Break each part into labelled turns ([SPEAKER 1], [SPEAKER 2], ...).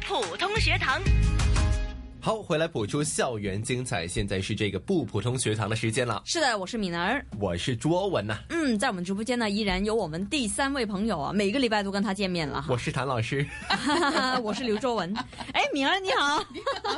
[SPEAKER 1] 普通学堂。
[SPEAKER 2] 好，回来补出校园精彩。现在是这个不普通学堂的时间了，
[SPEAKER 3] 是的，我是敏儿。
[SPEAKER 2] 我是卓文 呐、
[SPEAKER 3] 嗯，在我们直播间呢，依然有我们第三位朋友啊，每个礼拜都跟他见 面了哈。
[SPEAKER 2] 我是谭老师。
[SPEAKER 4] 呃
[SPEAKER 3] 我是刘卓 文。哎，敏儿你 好，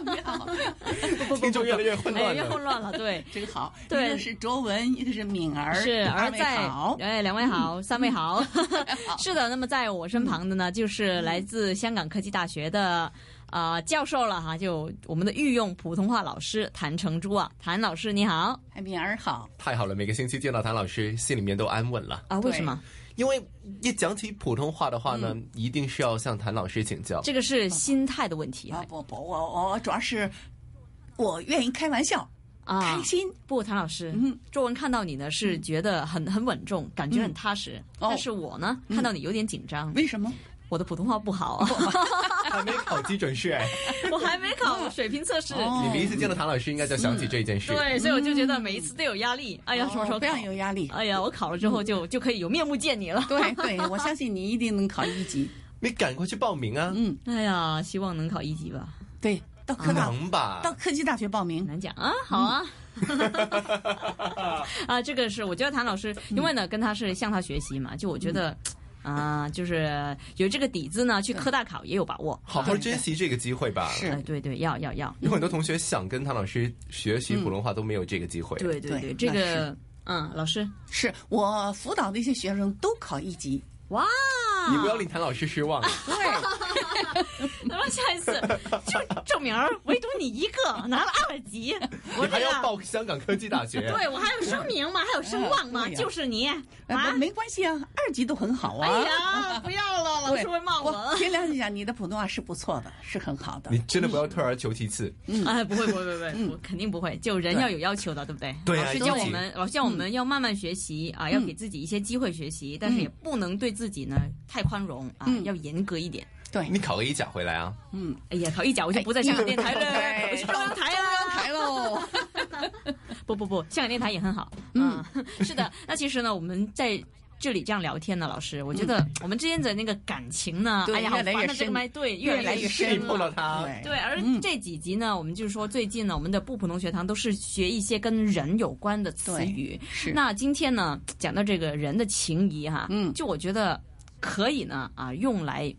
[SPEAKER 4] 你好，
[SPEAKER 2] 听众越来越混
[SPEAKER 3] 哎，
[SPEAKER 2] 乱
[SPEAKER 3] 越
[SPEAKER 2] 了。
[SPEAKER 3] 混乱了，对。
[SPEAKER 4] 真好。
[SPEAKER 3] 对
[SPEAKER 4] 一个是卓文，一个是敏儿，
[SPEAKER 3] 是，
[SPEAKER 4] 二
[SPEAKER 3] 而
[SPEAKER 4] 位
[SPEAKER 3] 在
[SPEAKER 4] 好，嗯
[SPEAKER 3] 哎，两位好，三 位好， 是的。那么在我身旁的呢，
[SPEAKER 4] 嗯
[SPEAKER 3] 就是来自香港科技大学的呃教授了哈，就我们的御用普通话老师谭成珠啊，谭老师你好
[SPEAKER 4] 哎敏儿好，
[SPEAKER 2] 太好了，每个星期见到谭老师，心里面都安稳了。
[SPEAKER 3] 啊，为什么？
[SPEAKER 2] 因为一讲起普通话的话呢，一定是要向谭老师请教。
[SPEAKER 3] 嗯这个
[SPEAKER 4] 嗯
[SPEAKER 3] 是心态的问题
[SPEAKER 4] 啊
[SPEAKER 3] 啊
[SPEAKER 4] 不不，我我主要是我愿意开玩笑，
[SPEAKER 3] 啊
[SPEAKER 4] 开心。
[SPEAKER 3] 不，谭老师，
[SPEAKER 4] 嗯
[SPEAKER 3] 周文看到你呢是觉得很很稳重，感觉很踏实。
[SPEAKER 4] 哦
[SPEAKER 3] 但是我呢，看到你有点紧张，
[SPEAKER 4] 为什么？
[SPEAKER 3] 我的普通话不好啊，
[SPEAKER 2] 还没考基准试哎，
[SPEAKER 3] 我还没考水平测试。
[SPEAKER 4] 哦哦嗯
[SPEAKER 2] 你第一次见到谭老师，应该就想起这件事。
[SPEAKER 3] 对，所以我就觉得每一次都有压力。哎呀，什么时候
[SPEAKER 4] 哦不
[SPEAKER 3] 考？
[SPEAKER 4] 要有嗯压力。
[SPEAKER 3] 哎呀，我考了之后就就可以有面目见你了。
[SPEAKER 4] 对对，我相信你一定能考一 级。
[SPEAKER 2] 你赶快去报名啊！
[SPEAKER 4] 嗯，
[SPEAKER 3] 哎呀，希望能考一级吧，
[SPEAKER 4] 对，到科
[SPEAKER 3] 嗯
[SPEAKER 4] 大
[SPEAKER 2] 能吧？
[SPEAKER 4] 到科技大学报名
[SPEAKER 3] 很。难讲
[SPEAKER 4] 嗯
[SPEAKER 3] 啊。好啊， 啊，这个是我觉得谭老师，
[SPEAKER 4] 嗯
[SPEAKER 3] 因为呢跟他是向他学习嘛，就我觉得。啊、就是有这个底子呢，去科大考也有把握。
[SPEAKER 2] 好好珍惜这个机会吧。
[SPEAKER 4] 是
[SPEAKER 3] 哎，对对，要要要，
[SPEAKER 2] 有很多同学想跟谭老师学习普通话，都没有这个机会。
[SPEAKER 3] 嗯对对
[SPEAKER 4] 对
[SPEAKER 3] 这
[SPEAKER 4] 那
[SPEAKER 3] 个，嗯，老师，
[SPEAKER 4] 是我辅导的一些学生都考一级。
[SPEAKER 3] 哇，
[SPEAKER 2] 你不要令谭老师失望啊。
[SPEAKER 4] 对，
[SPEAKER 3] 那么下一次就证明儿唯独你一个拿了二级，我
[SPEAKER 2] 你
[SPEAKER 3] 这
[SPEAKER 2] 还要
[SPEAKER 3] 个，
[SPEAKER 2] 报香港科技大学？
[SPEAKER 3] 啊
[SPEAKER 2] 啊
[SPEAKER 3] 对我还有声明嘛，还有声望嘛，
[SPEAKER 4] 哎呀
[SPEAKER 3] 就是你啊，
[SPEAKER 4] 哎不没关系啊，二级都很好啊。
[SPEAKER 3] 哎呀，不要了，老
[SPEAKER 4] 对
[SPEAKER 3] 师会骂我
[SPEAKER 4] 我
[SPEAKER 3] 了。
[SPEAKER 4] 凭良心讲，你的普通话是不错的，是很好的
[SPEAKER 2] 你。真的不要退而求其次。
[SPEAKER 3] 哎，不会不会不会，我肯定不会，就人要有要求的，对不对？
[SPEAKER 2] 对啊
[SPEAKER 3] 老师
[SPEAKER 2] 自
[SPEAKER 3] 叫
[SPEAKER 2] 己
[SPEAKER 3] 我们，老师叫我们要慢慢学习啊，要给自己一些机会学习，但是也不能对自己呢太宽容啊，要严格一点。
[SPEAKER 4] 对，
[SPEAKER 2] 你考个一甲回来啊！
[SPEAKER 3] 哎呀，考一甲我就不在香港电台了，
[SPEAKER 4] 哎
[SPEAKER 3] 我去中央台啊。
[SPEAKER 4] 来喽。
[SPEAKER 3] 不不不，香港电台也很好。嗯， 是的。那其实呢，我们在这里这样聊天呢，老师，我觉得我们之间的那个感情
[SPEAKER 4] 嗯
[SPEAKER 3] 呢，
[SPEAKER 4] 对
[SPEAKER 3] 哎呀，好
[SPEAKER 4] 越来越
[SPEAKER 3] 烦的这个
[SPEAKER 4] 深
[SPEAKER 3] 麦，对，
[SPEAKER 4] 越
[SPEAKER 3] 来
[SPEAKER 4] 来越深
[SPEAKER 3] 深
[SPEAKER 4] 嗯
[SPEAKER 2] 你
[SPEAKER 3] 了
[SPEAKER 2] 碰到他，
[SPEAKER 4] 对
[SPEAKER 3] 对，而这几集呢，我们就是说，最近呢，我们的不普通学堂都是学一些跟人有关的词
[SPEAKER 4] 对
[SPEAKER 3] 语。
[SPEAKER 4] 是
[SPEAKER 3] 那今天呢，讲到这个人的情谊哈，
[SPEAKER 4] 嗯
[SPEAKER 3] 就我觉得可以呢啊，用来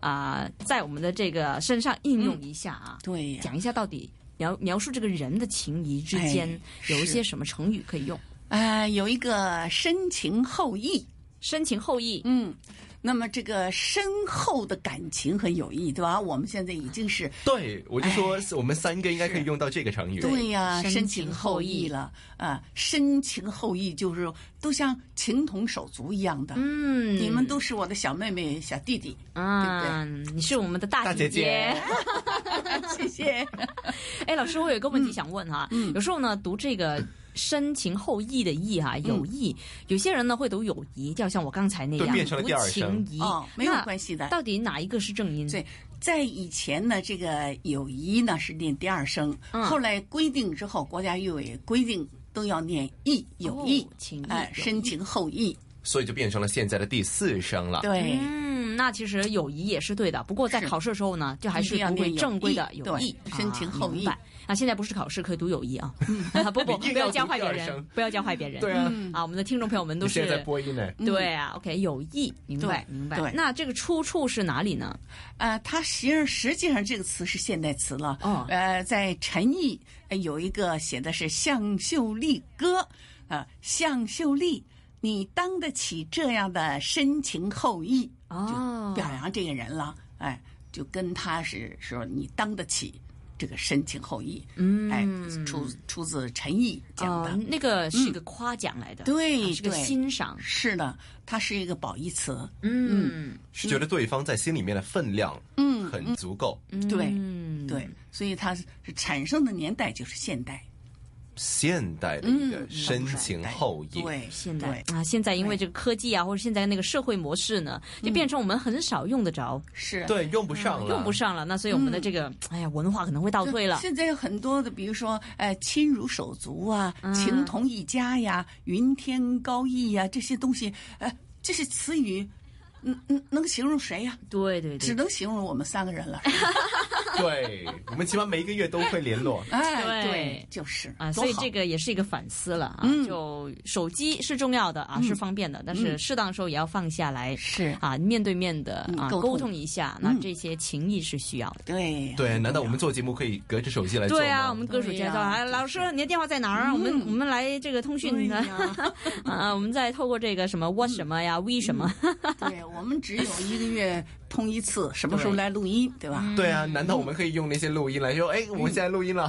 [SPEAKER 3] 啊，在我们的这个身上应
[SPEAKER 4] 嗯
[SPEAKER 3] 用一下啊，
[SPEAKER 4] 对呀，
[SPEAKER 3] 讲一下到底描描述这个人的情谊之间
[SPEAKER 4] 哎
[SPEAKER 3] 有一
[SPEAKER 4] 是
[SPEAKER 3] 些什么成语可以用？
[SPEAKER 4] 呃，有一个深情厚谊，
[SPEAKER 3] 深情厚谊，
[SPEAKER 4] 嗯，那么这个深厚的感情很有益，对吧？我们现在已经是
[SPEAKER 2] 对我就说我们三个应该可以用到这个成语。
[SPEAKER 4] 对呀、
[SPEAKER 3] 深
[SPEAKER 4] 深
[SPEAKER 3] 情
[SPEAKER 4] 情
[SPEAKER 3] 厚
[SPEAKER 4] 厚
[SPEAKER 3] 谊
[SPEAKER 4] 谊了啊，深情厚谊就是都像情同手足一样的，
[SPEAKER 3] 嗯，
[SPEAKER 4] 你们都是我的小妹妹、小弟 弟，
[SPEAKER 3] 啊，你是我们的大
[SPEAKER 2] 大姐
[SPEAKER 3] 姐
[SPEAKER 2] 姐。
[SPEAKER 4] 啊谢谢。
[SPEAKER 3] 哎，老师，我有一个问题想问哈，有时候呢读这个。深情厚谊的谊哈、友谊，有些人呢会读友谊，就好像我刚才那
[SPEAKER 2] 对
[SPEAKER 3] 样，
[SPEAKER 2] 变成了
[SPEAKER 3] 读
[SPEAKER 2] 第二
[SPEAKER 3] 情
[SPEAKER 2] 声
[SPEAKER 3] 谊
[SPEAKER 4] 哦没有
[SPEAKER 3] 那
[SPEAKER 4] 关系的
[SPEAKER 3] 到底哪一个是正音？
[SPEAKER 4] 对，在以前呢，这个友谊呢是念第二声，
[SPEAKER 3] 嗯
[SPEAKER 4] 后来规定之后，国家语委规定都要念义，友谊
[SPEAKER 3] 哦、情谊
[SPEAKER 4] 哎、
[SPEAKER 3] 友谊
[SPEAKER 4] 深情厚谊。
[SPEAKER 2] 所以就变成了现在的第四声了。
[SPEAKER 4] 对，
[SPEAKER 3] 嗯，那其实友谊也是对的，不过在
[SPEAKER 4] 是
[SPEAKER 3] 考试的时候呢，就还是
[SPEAKER 4] 一定要
[SPEAKER 3] 读为
[SPEAKER 4] 念友
[SPEAKER 3] 正规的
[SPEAKER 4] 谊
[SPEAKER 3] 友
[SPEAKER 4] 对
[SPEAKER 3] 谊，
[SPEAKER 4] 深情厚谊
[SPEAKER 3] 啊明白啊现在不是考试，可以读友 谊啊， 啊不不，
[SPEAKER 2] 你硬
[SPEAKER 3] 不要
[SPEAKER 2] 要
[SPEAKER 3] 教
[SPEAKER 2] 读
[SPEAKER 3] 坏
[SPEAKER 2] 第
[SPEAKER 3] 别
[SPEAKER 2] 二
[SPEAKER 3] 人
[SPEAKER 2] 声，
[SPEAKER 3] 不要教坏别人。
[SPEAKER 2] 对啊，
[SPEAKER 3] 啊，我们的听众朋友们都
[SPEAKER 2] 你
[SPEAKER 3] 是
[SPEAKER 2] 现在在播音呢。
[SPEAKER 3] 对啊，OK，友谊，明白
[SPEAKER 4] 对
[SPEAKER 3] 明白。
[SPEAKER 4] 对
[SPEAKER 3] 那这个出处是哪里呢？
[SPEAKER 4] 呃，它实际上实际上这个词是现代词了。
[SPEAKER 3] 哦
[SPEAKER 4] 呃，在陈毅呃有一个写的是《向秀丽歌》啊，向秀丽，你当得起这样的深情厚谊，
[SPEAKER 3] 哦，
[SPEAKER 4] 表扬这个人了，哎，就跟他是说你当得起这个深情厚谊，
[SPEAKER 3] 嗯
[SPEAKER 4] 哎，出出自陈毅讲的。
[SPEAKER 3] 哦，那个是一个夸奖来的，
[SPEAKER 4] 对
[SPEAKER 3] 啊是个
[SPEAKER 4] 对
[SPEAKER 3] 欣赏，
[SPEAKER 4] 是的，它是一个褒义词，
[SPEAKER 3] 嗯，
[SPEAKER 2] 是觉得对方在心里面的分量，嗯，很足够。
[SPEAKER 4] 对
[SPEAKER 3] 嗯，
[SPEAKER 4] 对，所以它是产生的年代就是现代，
[SPEAKER 2] 现代的一个深情厚谊，
[SPEAKER 4] 对，
[SPEAKER 3] 现在
[SPEAKER 4] 对嗯
[SPEAKER 3] 啊，现在因为这个科技啊，或者现在那个社会模式呢，就变成我们很少用得着，
[SPEAKER 4] 是，啊
[SPEAKER 2] 对，用不上了，
[SPEAKER 3] 嗯用不。上了。那所以我们的这个，哎呀，文化可能会倒退了。
[SPEAKER 4] 现在有很多的，比如说，呃，亲如手足啊，
[SPEAKER 3] 嗯
[SPEAKER 4] 情同哎一家呀，云天高义呀，这些东西，呃，这些词语嗯嗯，能形容谁呀、
[SPEAKER 3] 对对
[SPEAKER 4] 只
[SPEAKER 3] 对，
[SPEAKER 4] 能形容我们三个人 了。
[SPEAKER 2] 对，我们起码每一个月都会联络。
[SPEAKER 4] 哎，
[SPEAKER 3] 对
[SPEAKER 4] 对，就是
[SPEAKER 3] 啊，
[SPEAKER 4] 多
[SPEAKER 3] 所以
[SPEAKER 4] 好
[SPEAKER 3] 这个也是一个反思了啊。
[SPEAKER 4] 嗯
[SPEAKER 3] 就手机是重要的啊，是方便的，但是适当的时候也要放下来
[SPEAKER 4] 是
[SPEAKER 3] 啊，面对面的
[SPEAKER 4] 嗯
[SPEAKER 3] 啊
[SPEAKER 4] 沟通
[SPEAKER 3] 沟通一嗯下，那这些情谊是需要的。
[SPEAKER 4] 对
[SPEAKER 2] 对，难道我们做节目可以隔着手机来做吗？
[SPEAKER 3] 对啊，我们歌手
[SPEAKER 4] 对
[SPEAKER 3] 介绍
[SPEAKER 4] 呀
[SPEAKER 3] 啊，老师你的电话在哪儿啊？我们我们来这个通
[SPEAKER 4] 对
[SPEAKER 3] 讯的
[SPEAKER 4] 呀
[SPEAKER 3] 啊，我们再透过这个什么 what 什么呀，we 什么，
[SPEAKER 4] 对我们只有一个月通一次，什么时候来录音，对吧？
[SPEAKER 2] 对啊，难道我们可以用那些录音来说？哎，我现在录音了，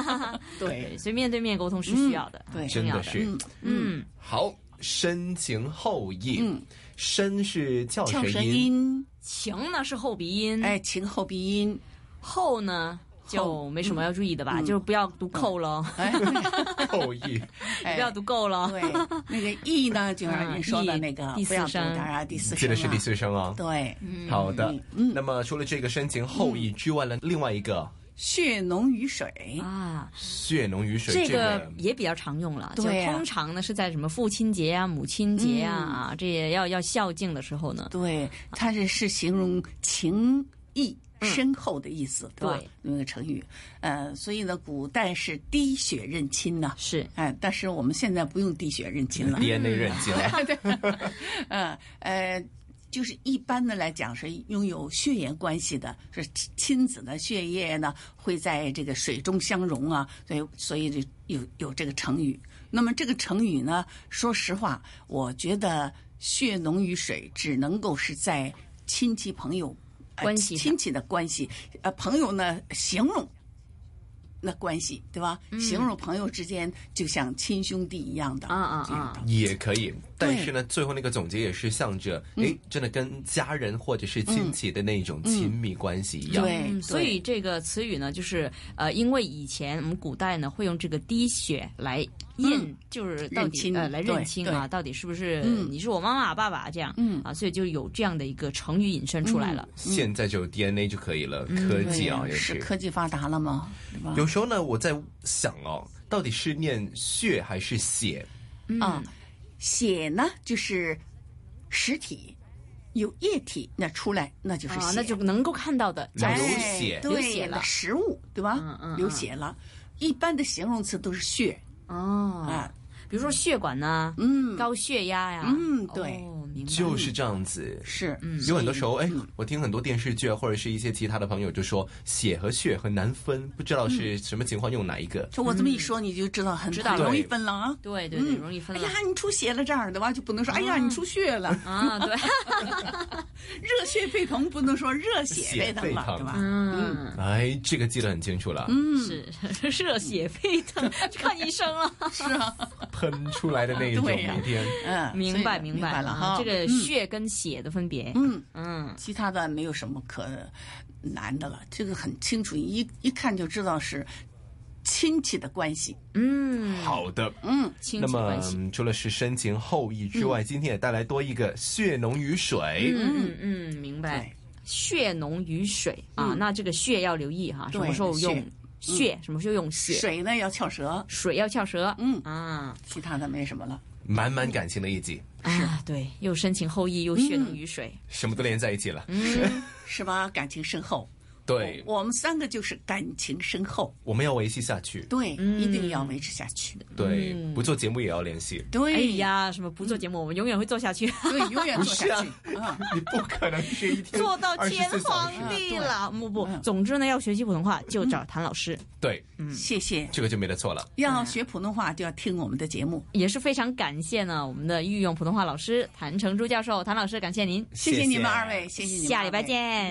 [SPEAKER 4] 对，
[SPEAKER 3] 所以面对面沟通是需要嗯的，
[SPEAKER 4] 对
[SPEAKER 3] 很重
[SPEAKER 2] 真
[SPEAKER 3] 要
[SPEAKER 2] 的是
[SPEAKER 4] 嗯
[SPEAKER 3] 嗯，
[SPEAKER 2] 好。深情厚谊，
[SPEAKER 4] 嗯，
[SPEAKER 2] 深是翘
[SPEAKER 4] 翘舌
[SPEAKER 2] 舌音，
[SPEAKER 4] 音，
[SPEAKER 3] 情呢是后鼻音，
[SPEAKER 4] 哎，情后鼻音，
[SPEAKER 3] 后呢就
[SPEAKER 4] 后
[SPEAKER 3] 没什么要注意的吧，
[SPEAKER 4] 嗯
[SPEAKER 3] 就是不要读扣喽，
[SPEAKER 4] 哎，
[SPEAKER 2] 厚 谊，
[SPEAKER 4] 哎
[SPEAKER 3] 不要读够喽。
[SPEAKER 4] 对，那个 e 呢，就是
[SPEAKER 3] 嗯
[SPEAKER 4] 你说的
[SPEAKER 3] e，
[SPEAKER 4] 那个
[SPEAKER 3] 第
[SPEAKER 4] 不
[SPEAKER 3] 四
[SPEAKER 4] 要读
[SPEAKER 3] 声
[SPEAKER 4] 当然第四
[SPEAKER 2] 记
[SPEAKER 4] 声
[SPEAKER 2] 得是
[SPEAKER 4] 了
[SPEAKER 2] 第四声啊。
[SPEAKER 4] 对，
[SPEAKER 2] 好的
[SPEAKER 4] 嗯，嗯
[SPEAKER 2] 那么除了这个深情厚谊之外呢，另外一个
[SPEAKER 4] 血浓于水，
[SPEAKER 3] 啊，
[SPEAKER 2] 血浓于水，
[SPEAKER 3] 这
[SPEAKER 2] 这
[SPEAKER 3] 个也比较常用了，就
[SPEAKER 4] 对啊嗯
[SPEAKER 3] 通常呢是在什么父亲节啊、母亲节啊啊，这也要要孝敬的时候呢，
[SPEAKER 4] 对，它是是形容情意深厚的意思，对吧
[SPEAKER 3] 对？
[SPEAKER 4] 那个成语，呃，所以呢，古代是滴血认亲呐，
[SPEAKER 3] 是
[SPEAKER 4] 哎，但是我们现在不用滴血认亲了，
[SPEAKER 2] DNA 认亲了，
[SPEAKER 4] 嗯呃，就是一般的来讲是拥有血缘关系的，是亲子的血液呢会在这个水中相融啊，所以所以就有有这个成语。那么这个成语呢，说实话，我觉得血浓于水只能够是在亲戚朋友、呃
[SPEAKER 3] 关系上
[SPEAKER 4] 亲戚的关系，呃，朋友呢形容那关系对吧？形容朋友之间就像亲兄弟一样的
[SPEAKER 3] 嗯啊啊
[SPEAKER 4] 这样
[SPEAKER 3] 啊
[SPEAKER 4] 的
[SPEAKER 2] 也可以。但是呢，最后那个总结也是向着，哎，真的跟家人或者是亲戚的那种亲密关系一样。
[SPEAKER 4] 对
[SPEAKER 3] 嗯，
[SPEAKER 4] 对
[SPEAKER 3] 所以这个词语呢，就是呃，因为以前我们古代呢会用这个滴血来验，就是
[SPEAKER 4] 嗯
[SPEAKER 3] 到
[SPEAKER 4] 认
[SPEAKER 3] 底
[SPEAKER 4] 亲
[SPEAKER 3] 呃来
[SPEAKER 4] 对
[SPEAKER 3] 认清啊，
[SPEAKER 4] 对
[SPEAKER 3] 到底是不是、
[SPEAKER 4] 嗯
[SPEAKER 3] 你是我妈妈爸爸这样，
[SPEAKER 4] 嗯
[SPEAKER 3] 啊，所以就有这样的一个成语引申出来了。
[SPEAKER 2] 现在就有 DNA 就可以了，科
[SPEAKER 4] 对
[SPEAKER 2] 技
[SPEAKER 4] 呀
[SPEAKER 2] 啊也
[SPEAKER 4] 是
[SPEAKER 2] 是。
[SPEAKER 4] 科技发达了嘛，对吧？
[SPEAKER 2] 有时候呢，我在想哦，到底是念血还是血？
[SPEAKER 4] 啊，血呢就是实体，有液体那出来那就是血，
[SPEAKER 3] 啊，那就能够看到的叫
[SPEAKER 2] 流
[SPEAKER 3] 做
[SPEAKER 4] 哎
[SPEAKER 2] 血
[SPEAKER 4] 对
[SPEAKER 3] 流血了
[SPEAKER 4] 那食物对吧？
[SPEAKER 3] 嗯嗯嗯
[SPEAKER 4] 流血了。一般的形容词都是血
[SPEAKER 3] 哦
[SPEAKER 4] 啊，
[SPEAKER 3] 比如说血管呐、
[SPEAKER 4] 嗯，
[SPEAKER 3] 高血压呀，
[SPEAKER 4] 嗯对
[SPEAKER 3] 哦，明白，
[SPEAKER 2] 就是这样子。
[SPEAKER 4] 是
[SPEAKER 3] 嗯
[SPEAKER 2] 有很多时候，哎，我听很多电视剧啊，或者是一些其他的朋友就说，血和血很难分，不知道是什么情况用哪一个。
[SPEAKER 4] 就我这么一说，你就知道很
[SPEAKER 3] 知道嗯
[SPEAKER 4] 很
[SPEAKER 2] 了
[SPEAKER 4] 容易
[SPEAKER 2] 对
[SPEAKER 4] 分了啊。
[SPEAKER 3] 对对对，容易分
[SPEAKER 4] 哎
[SPEAKER 3] 了、
[SPEAKER 4] 呀，你出血了这样的吧，就不能说哎呀你出血了，
[SPEAKER 3] 啊， 对，
[SPEAKER 4] 热血沸腾不能说热血
[SPEAKER 2] 血
[SPEAKER 4] 沸腾
[SPEAKER 2] 沸
[SPEAKER 4] 了，
[SPEAKER 2] 腾
[SPEAKER 4] 对吧？
[SPEAKER 3] 嗯，
[SPEAKER 2] 哎，这个记得很清楚了，
[SPEAKER 4] 嗯
[SPEAKER 3] 是 热血沸腾，去看医生 了。
[SPEAKER 4] 是啊，
[SPEAKER 2] 喷出来的那一种，
[SPEAKER 4] 对呀
[SPEAKER 2] 每天。
[SPEAKER 4] 嗯，所
[SPEAKER 3] 明
[SPEAKER 4] 以
[SPEAKER 3] 白
[SPEAKER 4] 明
[SPEAKER 3] 白
[SPEAKER 4] 了
[SPEAKER 3] 啊
[SPEAKER 4] 哈。
[SPEAKER 3] 这个
[SPEAKER 4] 嗯
[SPEAKER 3] 血跟血的分别。
[SPEAKER 4] 嗯
[SPEAKER 3] 嗯
[SPEAKER 4] 其他的没有什么可难的了，这个很清楚，一一看就知道是亲戚的关系。
[SPEAKER 3] 嗯，
[SPEAKER 2] 好的，
[SPEAKER 4] 嗯，
[SPEAKER 3] 亲
[SPEAKER 2] 那
[SPEAKER 3] 戚
[SPEAKER 2] 么
[SPEAKER 3] 关系。
[SPEAKER 2] 嗯除了是深情厚谊之外，今天也带来多一个血浓于水。
[SPEAKER 3] 嗯嗯，明白
[SPEAKER 4] 对。
[SPEAKER 3] 血浓于水啊，
[SPEAKER 4] 嗯
[SPEAKER 3] 那这个血要留意哈，什
[SPEAKER 4] 对
[SPEAKER 3] 么时候用
[SPEAKER 4] 血嗯
[SPEAKER 3] 血，什么时候用血，
[SPEAKER 4] 水呢要翘舌，
[SPEAKER 3] 水要翘舌。
[SPEAKER 4] 嗯
[SPEAKER 3] 啊
[SPEAKER 4] 其他的没什么了。
[SPEAKER 2] 满满感情的一集，
[SPEAKER 3] 啊，对，又深情厚谊，又血浓于水。
[SPEAKER 2] 什么都连在一起了。
[SPEAKER 3] 嗯
[SPEAKER 4] 嗯是吧？感情深厚，
[SPEAKER 2] 对，
[SPEAKER 4] 我们三个就是感情深厚，
[SPEAKER 2] 我们要维系下去。
[SPEAKER 4] 对，
[SPEAKER 3] 嗯
[SPEAKER 4] 一定要维持下去。
[SPEAKER 2] 对，不做节目也要联系。
[SPEAKER 3] 哎
[SPEAKER 4] 对，
[SPEAKER 3] 呀，什么不做节目，我们永远会做下去，
[SPEAKER 4] 对，永远做 下去
[SPEAKER 2] 不。
[SPEAKER 4] 啊，
[SPEAKER 2] 你 不可能是一天啊
[SPEAKER 3] 做到天
[SPEAKER 2] 24小
[SPEAKER 3] 荒
[SPEAKER 2] 时
[SPEAKER 3] 地
[SPEAKER 4] 对嗯
[SPEAKER 3] 老。不不，总之呢，要学习普通话就找谭老师。
[SPEAKER 2] 对，
[SPEAKER 3] 嗯
[SPEAKER 4] 谢谢。
[SPEAKER 2] 这个就没得错了。
[SPEAKER 3] 哎
[SPEAKER 4] 要学普通话就要听我们的节目，
[SPEAKER 3] 也是非常感谢呢，我们的御用普通话老师谭成珠教授，谭老师，感谢您，
[SPEAKER 4] 谢
[SPEAKER 2] 谢
[SPEAKER 4] 你们
[SPEAKER 2] 谢
[SPEAKER 4] 二位，谢谢你们。
[SPEAKER 3] 下礼拜。见。